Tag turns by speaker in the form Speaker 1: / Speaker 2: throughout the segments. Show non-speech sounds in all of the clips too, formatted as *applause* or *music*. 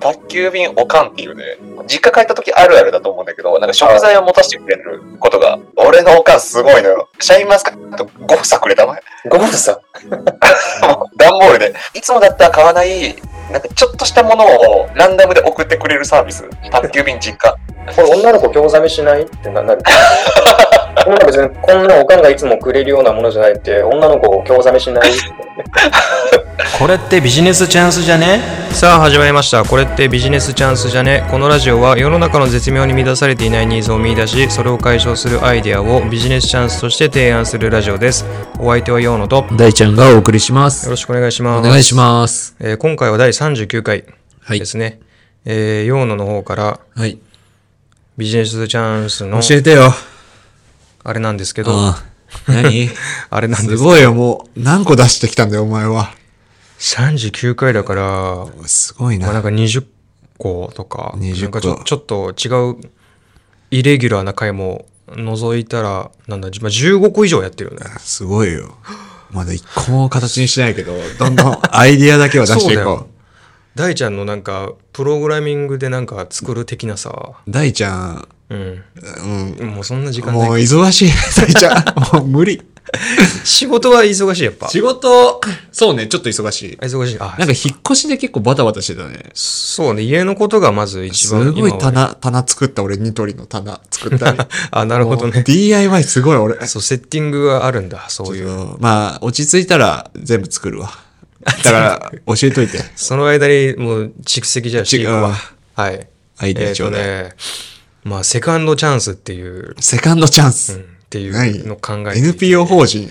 Speaker 1: 宅急便おかんっていうね、実家帰った時あるあるだと思うんだけど、なんか食材を持たせてくれることが、俺のおかんすごいのよ。シャインマスカット5房くれたまえ。 *laughs*
Speaker 2: ごめんなさ
Speaker 1: 段ボールで。いつもだったら買わない、なんかちょっとしたものをランダムで送ってくれるサービス。宅急便実家。
Speaker 2: い。これ女の子興ざめしないってななる。こんなの別にこんなおかんがいつもくれるようなものじゃないって、女の子興ざめしない
Speaker 3: これってビジネスチャンスじゃねさあ始まりましたこれってビジネスチャンスじゃねこのラジオは世の中の絶妙に満たされていないニーズを見出しそれを解消するアイデアをビジネスチャンスとして提案するラジオですお相手はヨーノとよ
Speaker 4: 大ちゃんがお送りします。
Speaker 3: ろしくお願いし
Speaker 4: お
Speaker 3: ます
Speaker 4: 願いします。
Speaker 3: えー今回は第39回
Speaker 4: はい
Speaker 3: で。すね、えー、ヨーノの方から
Speaker 4: はい。
Speaker 3: ビジネスチャンスの
Speaker 4: 教えてよ。
Speaker 3: あれなんですけどあ
Speaker 4: あ *laughs* あ。何
Speaker 3: れなんですす
Speaker 4: ごいよ、もう。何個出してきたんだよ、お前は。
Speaker 3: 39回だから
Speaker 4: すごい
Speaker 3: まあなん
Speaker 4: な。
Speaker 3: か20個とか、
Speaker 4: 20
Speaker 3: なんかちょ
Speaker 4: 個
Speaker 3: ちょっと違う、イレギュラーな回も除いたら、なんだ、じまあ、15個以上やってるよね。
Speaker 4: すごいよ。まだ一個も形にしてないけど、どんどんアイディアだけは出してい
Speaker 3: そうだ
Speaker 4: こ
Speaker 3: よ大ちゃんのなんか、プログラミングでなんか作る的なさ、
Speaker 4: う。大ちゃん、
Speaker 3: うん。
Speaker 4: うん。
Speaker 3: もうそんな時間
Speaker 4: もう
Speaker 3: ない。
Speaker 4: 忙しい。 *laughs* 大ちゃん、もう無理。
Speaker 3: 仕事は忙しい、やっぱ。
Speaker 4: 仕事、そうね、ちょっと忙しい。
Speaker 3: 忙しい。あ
Speaker 4: なん、か引っ越しで結構バタバタしてたね。
Speaker 3: そうね。家のことがまず一
Speaker 4: す
Speaker 3: 番今
Speaker 4: ごい
Speaker 3: はね
Speaker 4: 棚、棚作った俺、ニトリの棚作った *laughs* り。
Speaker 3: あ、なるほど
Speaker 4: もう
Speaker 3: ね。
Speaker 4: DIY すごい俺。
Speaker 3: そう、セッティングがあるんだ、そういう。
Speaker 4: そうまあ、落ち着いたら全部作
Speaker 3: *laughs*
Speaker 4: るわ。だから、教えといて。
Speaker 3: その間にもう蓄積じゃあしていくわ
Speaker 4: 違う。
Speaker 3: はい。
Speaker 4: アイデアちょうだい
Speaker 3: えーとね、まあ、セカンドチャンスっていう、
Speaker 4: セカンドチャンス。
Speaker 3: うんってい
Speaker 4: 何
Speaker 3: うのを考えていて
Speaker 4: NPO 法人。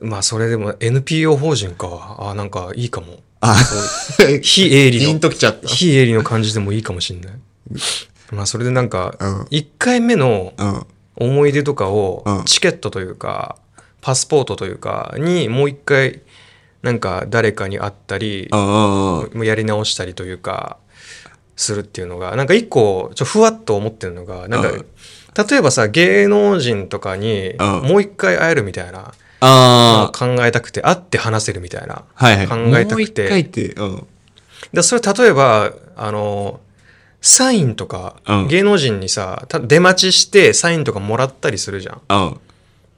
Speaker 3: まあ、それでも NPO 法人か。あ、なんかいいかも。
Speaker 4: あ、 *laughs*
Speaker 3: 非営利
Speaker 4: ピ
Speaker 3: の
Speaker 4: ンときちゃった。
Speaker 3: 非営利の感じでもいいかもしんない。まあ、それでなん
Speaker 4: うん
Speaker 3: か、1回目の
Speaker 4: うん。
Speaker 3: 思い出とかを
Speaker 4: うん、
Speaker 3: チケットというか、パスポートというか、にもう1回、なんか誰かに会ったり、
Speaker 4: うんうんうん。
Speaker 3: もうやり直したりというかするっていうのがなんか一個ちょふわっと思ってるのがなんか、
Speaker 4: うん
Speaker 3: 例えばさ芸能人とかに
Speaker 4: うん
Speaker 3: もう一回会えるみたいな、のを
Speaker 4: ああ。
Speaker 3: 考えたくて会って話せるみたいな、
Speaker 4: はい
Speaker 3: 考
Speaker 4: はい。
Speaker 3: えた
Speaker 4: もう
Speaker 3: く
Speaker 4: 一回ってて、うん。
Speaker 3: でそれ例えばあのサインとか、
Speaker 4: うん
Speaker 3: 芸能人にさた出待ちしてサインとかもらったりするじゃん
Speaker 4: うん。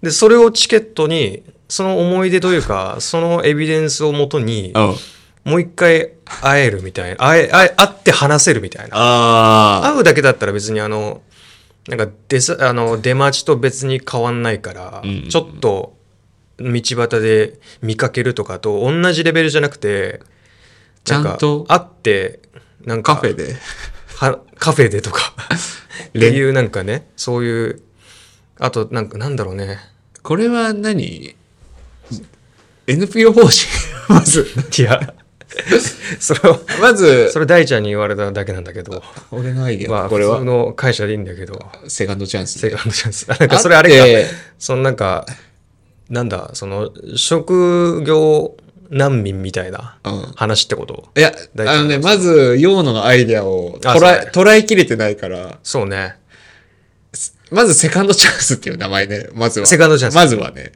Speaker 3: でそれをチケットにその思い出というかそのエビデンスをもとに
Speaker 4: うん。
Speaker 3: もう一回会えるみたいな会え会え会って話せるみたいな
Speaker 4: ああ。
Speaker 3: 会うだけだったら別にあのなんか出さあの出待ちと別に変わんないから、
Speaker 4: ん
Speaker 3: ちょっと道端で見かけるとかと同じレベルじゃなくてなか
Speaker 4: ちゃんと
Speaker 3: 会ってなんか
Speaker 4: カフェで。
Speaker 3: はカフェでと
Speaker 4: *laughs*
Speaker 3: かっていうなんかねそういうあとなんかなんだろうね
Speaker 4: これは何 ?NPO 法人 *laughs* まず、
Speaker 3: いやそれは
Speaker 4: まず
Speaker 3: そ、れ大ちゃんに言われただけなんだけど
Speaker 4: 俺のアイデ
Speaker 3: ま
Speaker 4: ア。
Speaker 3: あ
Speaker 4: これ
Speaker 3: 普通
Speaker 4: は、
Speaker 3: の会社でいいんだけど
Speaker 4: セカンドチャンス
Speaker 3: セ。カンドチャンス。なんかそれあ
Speaker 4: あっ
Speaker 3: れ
Speaker 4: て
Speaker 3: か、そのなんか、なんだ、その、職業難民みたいな
Speaker 4: うん
Speaker 3: 話ってこと、
Speaker 4: いや、
Speaker 3: 大丈夫
Speaker 4: あのね、まず、用ののアイデアを
Speaker 3: あ
Speaker 4: 捉え、
Speaker 3: そ
Speaker 4: 捉えきれてないから、
Speaker 3: そうね。
Speaker 4: まずセカンドチャンスっていう名
Speaker 3: *laughs*
Speaker 4: 前ね、まずは。
Speaker 3: セカンドチャンス
Speaker 4: まずはね、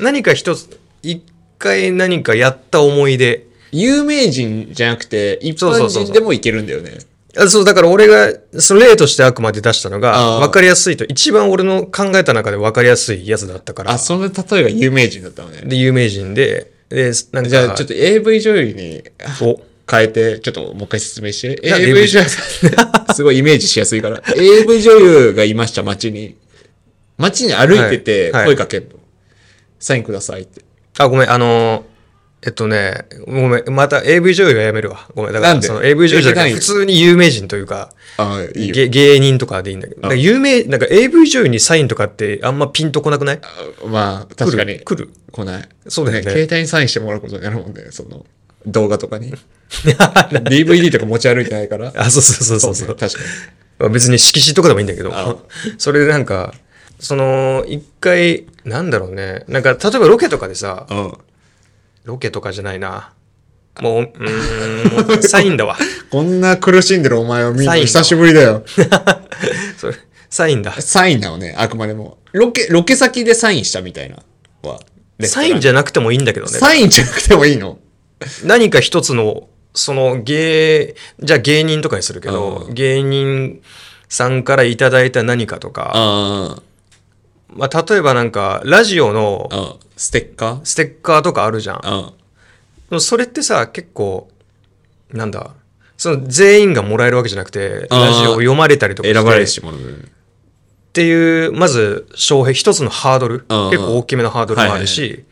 Speaker 3: 何か一つ、一回何かやった思い出。
Speaker 4: 有名人じゃなくて、一
Speaker 3: そうそ
Speaker 4: 般
Speaker 3: うそうそ
Speaker 4: 人
Speaker 3: う
Speaker 4: でもいけるんだよね。
Speaker 3: あそう、だから俺が、その例としてあくまで出したのが、
Speaker 4: あー
Speaker 3: 分かりやすいと、一番俺の考えた中で分かりやすいやつだったから、
Speaker 4: あ、その例えが有名人だったのね。
Speaker 3: で、有名人で、で、なんか、
Speaker 4: じゃあ、ちょっと AV 女優に
Speaker 3: お、
Speaker 4: 変えて、ちょっともう一回説明して。
Speaker 3: や
Speaker 4: AV 女優さ *laughs* ん、すごいイメージしやすいから。AV 女優がいました、街に。街に歩いてて、
Speaker 3: はいはい
Speaker 4: 声かけるの。サインくださいって。
Speaker 3: あ、ごめん、あのーえっとね、ごめん、また AV 女優がやめるわ。ごめん、だか
Speaker 4: なん
Speaker 3: ら
Speaker 4: で
Speaker 3: その AV 女優じゃなくて
Speaker 4: え
Speaker 3: 普通に有名人というか、
Speaker 4: あいいよ。
Speaker 3: げ芸人とかでいいんだけど、だから有名、なんか AV 女優にサインとかってあんまピンとこなくない
Speaker 4: あまあ、確かに。
Speaker 3: 来る
Speaker 4: 来ない。
Speaker 3: そうだよね
Speaker 4: 携帯にサインしてもらうことになるもんね、その、動画と
Speaker 3: *laughs*
Speaker 4: かに。DVD とか持ち歩いてないから。
Speaker 3: あ、そう *laughs* そうそうそうそう、
Speaker 4: 確かに。
Speaker 3: まあ別に色紙とかでもいいんだけど
Speaker 4: あ、
Speaker 3: *laughs* それでなんか、その、一回、なんだろうね、なんか例えばロケとかでさ、
Speaker 4: うん。
Speaker 3: ロケとかじゃないな。もう、うーん、もうサインだ
Speaker 4: *laughs*
Speaker 3: わ。
Speaker 4: こんな苦しんでるお前を見るの
Speaker 3: サイン
Speaker 4: 久しぶりだよ。 *laughs*
Speaker 3: それサインだ。
Speaker 4: サインなのね、あくまでも。ロケ、ロケ先でサインしたみたいな。は。
Speaker 3: サインじ
Speaker 4: ゃ、
Speaker 3: ゃなくてもいいんだけどね。
Speaker 4: サインじゃなくてもいいの
Speaker 3: 何か一つの、その芸、じゃあ芸人とかにするけど、
Speaker 4: うん
Speaker 3: 芸人さんからいただいた何かとか、
Speaker 4: あ
Speaker 3: まあ、例えばなんか、ラジオの
Speaker 4: あ、あステッカー
Speaker 3: ステッカーとかあるじゃん。
Speaker 4: あ
Speaker 3: でもそれってさ、結構、なんだ、その全員がもらえるわけじゃなくて、
Speaker 4: あー
Speaker 3: ラジオを読まれたりとか
Speaker 4: 選ばれ
Speaker 3: し、
Speaker 4: して
Speaker 3: っ
Speaker 4: 者だよね。
Speaker 3: ていう、まず、障壁、一つのハードル、
Speaker 4: あー
Speaker 3: 結構大きめのハードルもあるし、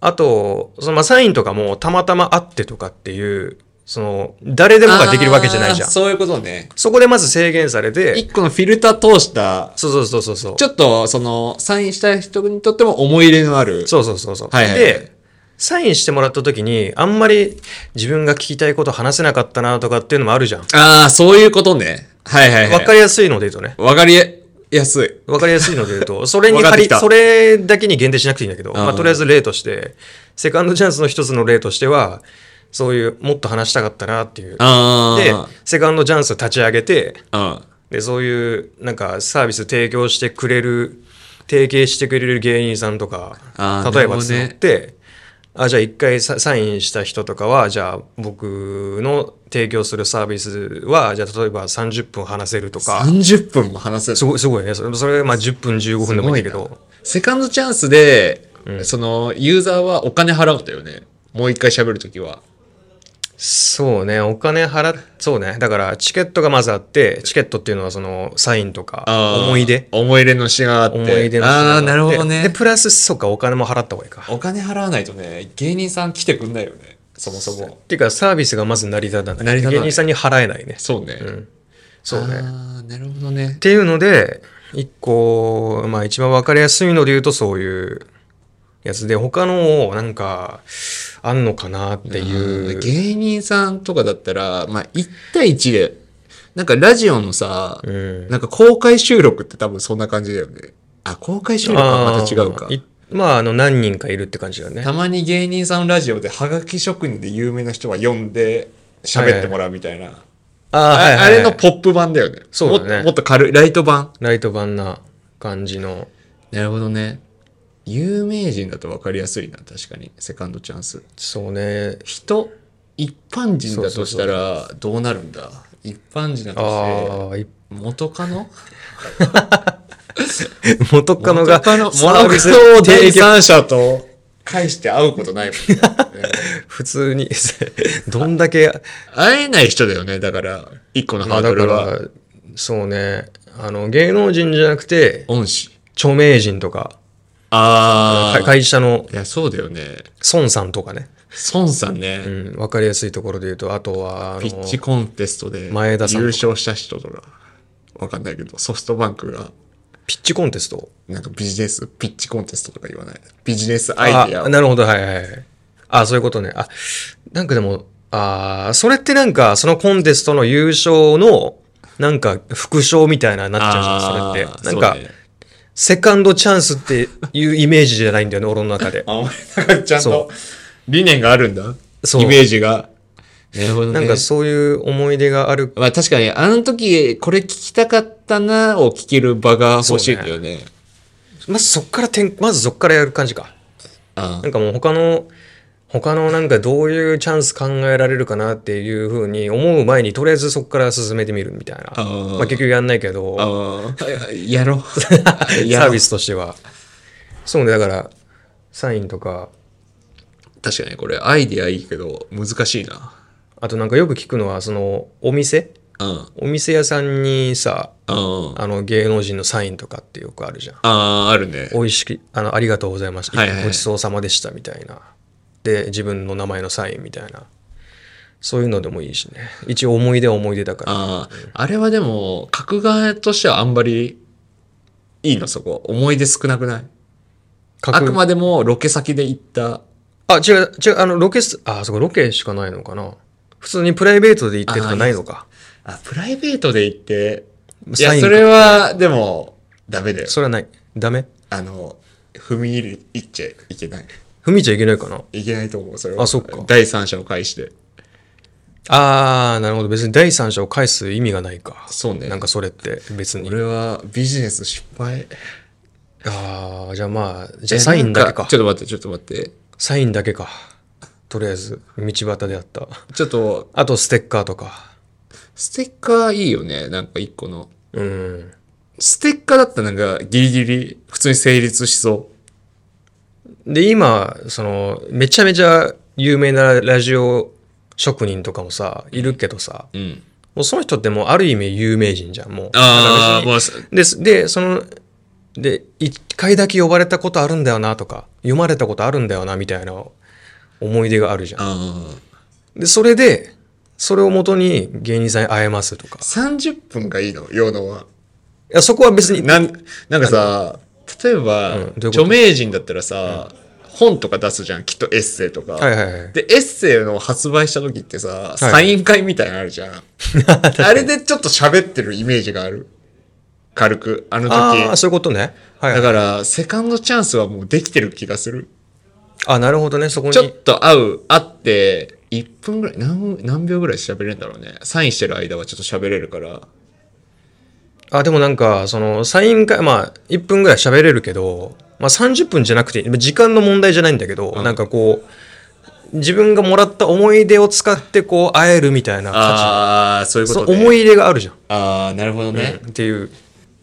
Speaker 3: あと、そのまあサインとかもたまたまあってとかっていう、その、誰でもができるわけじゃないじゃん。
Speaker 4: あー
Speaker 3: そ
Speaker 4: そういうことね。
Speaker 3: こでまず制限されて、
Speaker 4: 一個のフィルター通した、
Speaker 3: そうそうそうそうそう。
Speaker 4: ちょっと、その、サインした人にとっても思い入れのある。
Speaker 3: そうそうそうそう。
Speaker 4: はいはいはい
Speaker 3: で、サインしてもらった時に、あんまり自分が聞きたいこと話せなかったなとかっていうのもあるじゃん。
Speaker 4: ああ、そういうことね。はいはいはい。
Speaker 3: わかりやすいので言うとね。
Speaker 4: わかりやすい。
Speaker 3: わかりやすいので言う
Speaker 4: *laughs*
Speaker 3: と、それに
Speaker 4: わかって
Speaker 3: 仮
Speaker 4: きた
Speaker 3: それだけに限定しなくていいんだけど、
Speaker 4: あー
Speaker 3: まあ、とりあえず例として、セカンドチャンスの一つの例としては、そういう、もっと話したかったなっていう。
Speaker 4: あ
Speaker 3: で
Speaker 4: あ。、
Speaker 3: セカンドチャンス立ち上げて、
Speaker 4: あ
Speaker 3: で、そういう、なんか、サービス提供してくれる、提携してくれる芸人さんとか
Speaker 4: あ、ー
Speaker 3: 例えば
Speaker 4: なるほどね
Speaker 3: 募って、あ、じゃあ一回ササインした人とかは、じゃあ僕の提供するサービスは、じゃあ例えば30分話せると
Speaker 4: あ。
Speaker 3: か、
Speaker 4: 30分も話せる
Speaker 3: す。ごい、すごいね。それ、それまあ10分15分でもいいんだけど、
Speaker 4: セカンドチャンスで、その、ユーザーはお金払うんだよね。もう一回喋るときは。
Speaker 3: そうね、お金払っ、そうね。だからチケットがまずあって、チケットっていうのはその、サインとか、
Speaker 4: あー
Speaker 3: 思い出
Speaker 4: 思い入れの詩があって。
Speaker 3: 思い出の品が
Speaker 4: あ
Speaker 3: あ
Speaker 4: あ、
Speaker 3: って
Speaker 4: なるほど
Speaker 3: で、
Speaker 4: ね。
Speaker 3: プラス、そうか、お金も払った方がいいか。
Speaker 4: お金払わないとね、芸人さん来てくんないよね。そもそも。
Speaker 3: っていうかサービスがまず成り立たない。
Speaker 4: 成り立たない
Speaker 3: 芸人さんに払えないね。
Speaker 4: そうね。
Speaker 3: んそうね。っ
Speaker 4: ああ、なるほどね。
Speaker 3: ていうので、一個、まあ一番わかりやすいので言うとそういうやつで、他のをなんか、あんのかなって
Speaker 4: うん
Speaker 3: いう。
Speaker 4: 芸人さんとかだったら、まあ、1対1で、なんかラジオのさ、
Speaker 3: うん
Speaker 4: なんか公開収録って多分そんな感じだよね。あ、公開収録はまた違うか
Speaker 3: あ。ーいまあ、あの、何人かいるって感じだよね
Speaker 4: た。まに芸人さんのラジオでハガキ職人で有名な人が呼んで喋ってもらうみたい
Speaker 3: あ
Speaker 4: な。
Speaker 3: ー
Speaker 4: あ
Speaker 3: はいはい
Speaker 4: あ
Speaker 3: はい
Speaker 4: れのポップ版だよね。
Speaker 3: そうだね
Speaker 4: もっともっと軽い、ライト版。
Speaker 3: ライト版な感じの。
Speaker 4: なるほどね。有名人だと分かりやすいな、確かに。セカンドチャンス。
Speaker 3: そうね。
Speaker 4: 人、一般人だとしたらどうなるんだ一般人だと
Speaker 3: ああ、い
Speaker 4: して、元カノ
Speaker 3: 元カノが、
Speaker 4: 元カノ、
Speaker 3: サービス
Speaker 4: 元カノを
Speaker 3: 提
Speaker 4: 第
Speaker 3: 供
Speaker 4: 三者と返して会うことないもんね
Speaker 3: 普通に、 *laughs* どんだけ
Speaker 4: *laughs* 会えない人だよね、だから。一個の
Speaker 3: まあ
Speaker 4: ハー
Speaker 3: だ
Speaker 4: ド
Speaker 3: か
Speaker 4: ルは。
Speaker 3: ら、そうね、あの、芸能人じゃなくて、
Speaker 4: 恩師。
Speaker 3: 著名人とか、
Speaker 4: あ
Speaker 3: か
Speaker 4: あ。い
Speaker 3: 会社の
Speaker 4: や、そうだよね。
Speaker 3: 孫さんとかね、
Speaker 4: 孫さん
Speaker 3: う
Speaker 4: ね、
Speaker 3: ん、わかりやすいところで言うと、あとは、あ
Speaker 4: ピッ
Speaker 3: の
Speaker 4: チコンテストで優
Speaker 3: 前田さんとか
Speaker 4: 勝した人とか、わかんないけど、ソフトバンクが、
Speaker 3: ピッチコンテスト。
Speaker 4: なんかビジネス、ピッチコンテストとか言わない。ビジネスアイディア
Speaker 3: あ、
Speaker 4: を。
Speaker 3: なるほど、はいはいはい。あ、そういうことね。あ、なんかでも、あーそれってなんか、そのコンテストの優勝の、なんか、副賞みたいなのになっちゃうじゃん、
Speaker 4: あー
Speaker 3: それって。なんか、
Speaker 4: そうね
Speaker 3: セカンドチャンスっていうイメージじゃないんだよね、俺の中
Speaker 4: *laughs*
Speaker 3: で。
Speaker 4: あ、お前なんかちゃん
Speaker 3: そ
Speaker 4: と理念があるんだ。
Speaker 3: そう
Speaker 4: イメージが。なるほど
Speaker 3: なんかそういう思い出がある
Speaker 4: まあ確かに、あの時、これ聞きたかったなを聞ける場が欲しいんだよね。
Speaker 3: まずそっから転、まずそっからやる感じか。
Speaker 4: あ
Speaker 3: なんかもう他の、他のなんかどういうチャンス考えられるかなっていうふうに思う前に、とりあえずそこから進めてみるみたいな。
Speaker 4: あー
Speaker 3: まあ結局やんないけど、
Speaker 4: あ
Speaker 3: サ
Speaker 4: あやろう。
Speaker 3: *laughs* ービスとしては。そうね、だから、サインとか、
Speaker 4: 確かにこれ、アイディアいいけど、難しいな。
Speaker 3: あとなんかよく聞くのは、その、お店
Speaker 4: うん。
Speaker 3: お店屋さんにさ、
Speaker 4: うん。
Speaker 3: あの芸能人のサインとかってよくあるじゃん。
Speaker 4: ああ、あるね。
Speaker 3: 美味しく、あの、ありがとうございました。
Speaker 4: はいはいはい
Speaker 3: ごちそうさまでした、みたいな。で、自分の名前のサインみたいな。そういうのでもいいしね。一応思い出は思い出だから。
Speaker 4: ああ、あれはでも、角側としてはあんまり、いいの、そこ。思い出少なくないあくまでも、ロケ先で行った。
Speaker 3: あ、違う、違う、あの、ロケす、あ、そこロケしかないのかな。普通にプライベートで行ってとかないのか。
Speaker 4: あ、プライベートで行って。い
Speaker 3: サイン
Speaker 4: や、それは、でも、ダメだよ。
Speaker 3: それはない。ダメ
Speaker 4: あの、踏み入り行っちゃいけない。
Speaker 3: 踏みちゃいけないかな。
Speaker 4: いけないと思う、それは。
Speaker 3: あそっか
Speaker 4: 第三者を介して。
Speaker 3: あー、なるほど。別に第三者を返す意味がないか。
Speaker 4: そうね
Speaker 3: なんかそれって別に。
Speaker 4: 俺は、ビジネス失敗。
Speaker 3: あー、じゃあまあ、じゃあサインだけ
Speaker 4: えなん
Speaker 3: か
Speaker 4: ち。ょっと待って、ちょっと待って。
Speaker 3: サインだけか。とりあえず道端であった
Speaker 4: ちょっと、
Speaker 3: あとステッカーとか
Speaker 4: ステッカーいいよね。なんか一個の。
Speaker 3: うん
Speaker 4: ステッカーだったらなんかギリギリ普通に成立しそ
Speaker 3: で今そのめちゃめちゃ有名なラジオ職人とかもさいるけどさ
Speaker 4: う。うん。
Speaker 3: もうその人ってもうある意味有名人じゃんもう
Speaker 4: ああ、もうす、
Speaker 3: ですでそので1回だけ呼ばれたことあるんだよなとか読まれたことあるんだよなみたいな思い出があるじゃん
Speaker 4: ああ。
Speaker 3: でそれでそれをもとに芸人さんに会えますとか
Speaker 4: 30分がいいの、用のは。
Speaker 3: いやそこは別に
Speaker 4: なん、なんかさ、例えば、
Speaker 3: うんどういうこと
Speaker 4: 著名人だったらさ、本とか出すじゃん、きっとエッセイとか。
Speaker 3: はいはいはい
Speaker 4: で、エッセイの発売した時ってさ、サイン会みたいなのある
Speaker 3: *laughs*
Speaker 4: じゃん。あれでちょっと喋ってるイメージがある。軽く、あの
Speaker 3: ああ
Speaker 4: 時。
Speaker 3: そういうことねはいはい
Speaker 4: だから、セカンドチャンスはもうできてる気がする。
Speaker 3: あなるほどねそこに
Speaker 4: ちょっと会う、会って、1分ぐらい、何、何秒ぐらい喋れるんだろうね。サインしてる間はちょっと喋れるから。
Speaker 3: あでもなんかそのサイン会まあ1分ぐらい喋れるけど、まあ、30分じゃなくて時間の問題じゃないんだけど、なんかこう自分がもらった思い出を使ってこう会えるみたいな価
Speaker 4: ああ、そういう
Speaker 3: 値
Speaker 4: こ
Speaker 3: そ
Speaker 4: と
Speaker 3: の
Speaker 4: ね。
Speaker 3: 思い入れがあるじゃん、
Speaker 4: ああ、なるほどね。
Speaker 3: っていう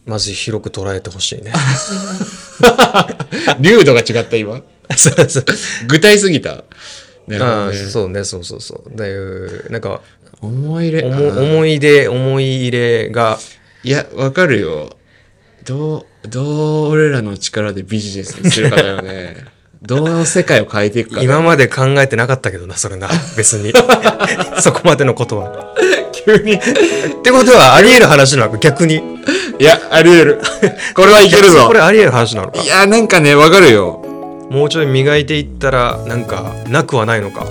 Speaker 3: まず広く捉えてほし
Speaker 4: *laughs*
Speaker 3: いね
Speaker 4: 流度が違った今。
Speaker 3: そうそう
Speaker 4: 具体すぎた。なるほ
Speaker 3: あ
Speaker 4: ど
Speaker 3: あ
Speaker 4: ね
Speaker 3: そうねそうそうそうだいうなんか
Speaker 4: 思い入れ。
Speaker 3: おも
Speaker 4: あー
Speaker 3: 思い出思い入れが
Speaker 4: いや、わかるよ。どう、どう俺らの力でビジネスにするかだよ *laughs* ね。どう世界を変えていくかだよ。
Speaker 3: 今まで考えてなかったけどなそ
Speaker 4: *laughs*
Speaker 3: れな別に *laughs* そこまでのことは
Speaker 4: 急に。い
Speaker 3: ってことはあり得る話なのか逆に
Speaker 4: や、あり得 *laughs* る。これはいけるぞ
Speaker 3: こ。れあり得る話なのか
Speaker 4: いや、なんかね、わかるよ。
Speaker 3: もうちょい磨いていったらなんかなくはないのか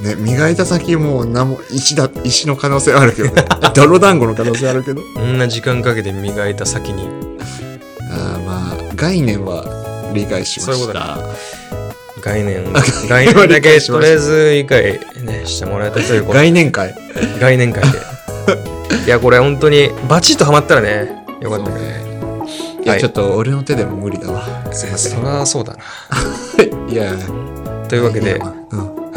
Speaker 4: ね、磨いた先もう何も石だ石の可能性はあるけど、 *laughs* ね、泥団子の可能性はあるけど
Speaker 3: こんな時間かけて磨いた先に
Speaker 4: ああまあ概念は理解しました
Speaker 3: そういうこと概
Speaker 4: *laughs*
Speaker 3: 念概
Speaker 4: 念は
Speaker 3: 念
Speaker 4: 理
Speaker 3: だ
Speaker 4: 解
Speaker 3: け
Speaker 4: し
Speaker 3: と
Speaker 4: ました
Speaker 3: りあえず理解、ね、してもらえたということ
Speaker 4: 概念会
Speaker 3: 概念会
Speaker 4: *laughs*
Speaker 3: でいやこれ本当にバチッとハマったらねよかった
Speaker 4: そう
Speaker 3: ね
Speaker 4: ねいや、
Speaker 3: はい
Speaker 4: ちょっと俺の手でも無理だわすいませ
Speaker 3: そりゃそうだな
Speaker 4: んいや
Speaker 3: というわけで
Speaker 4: うん、ありがとう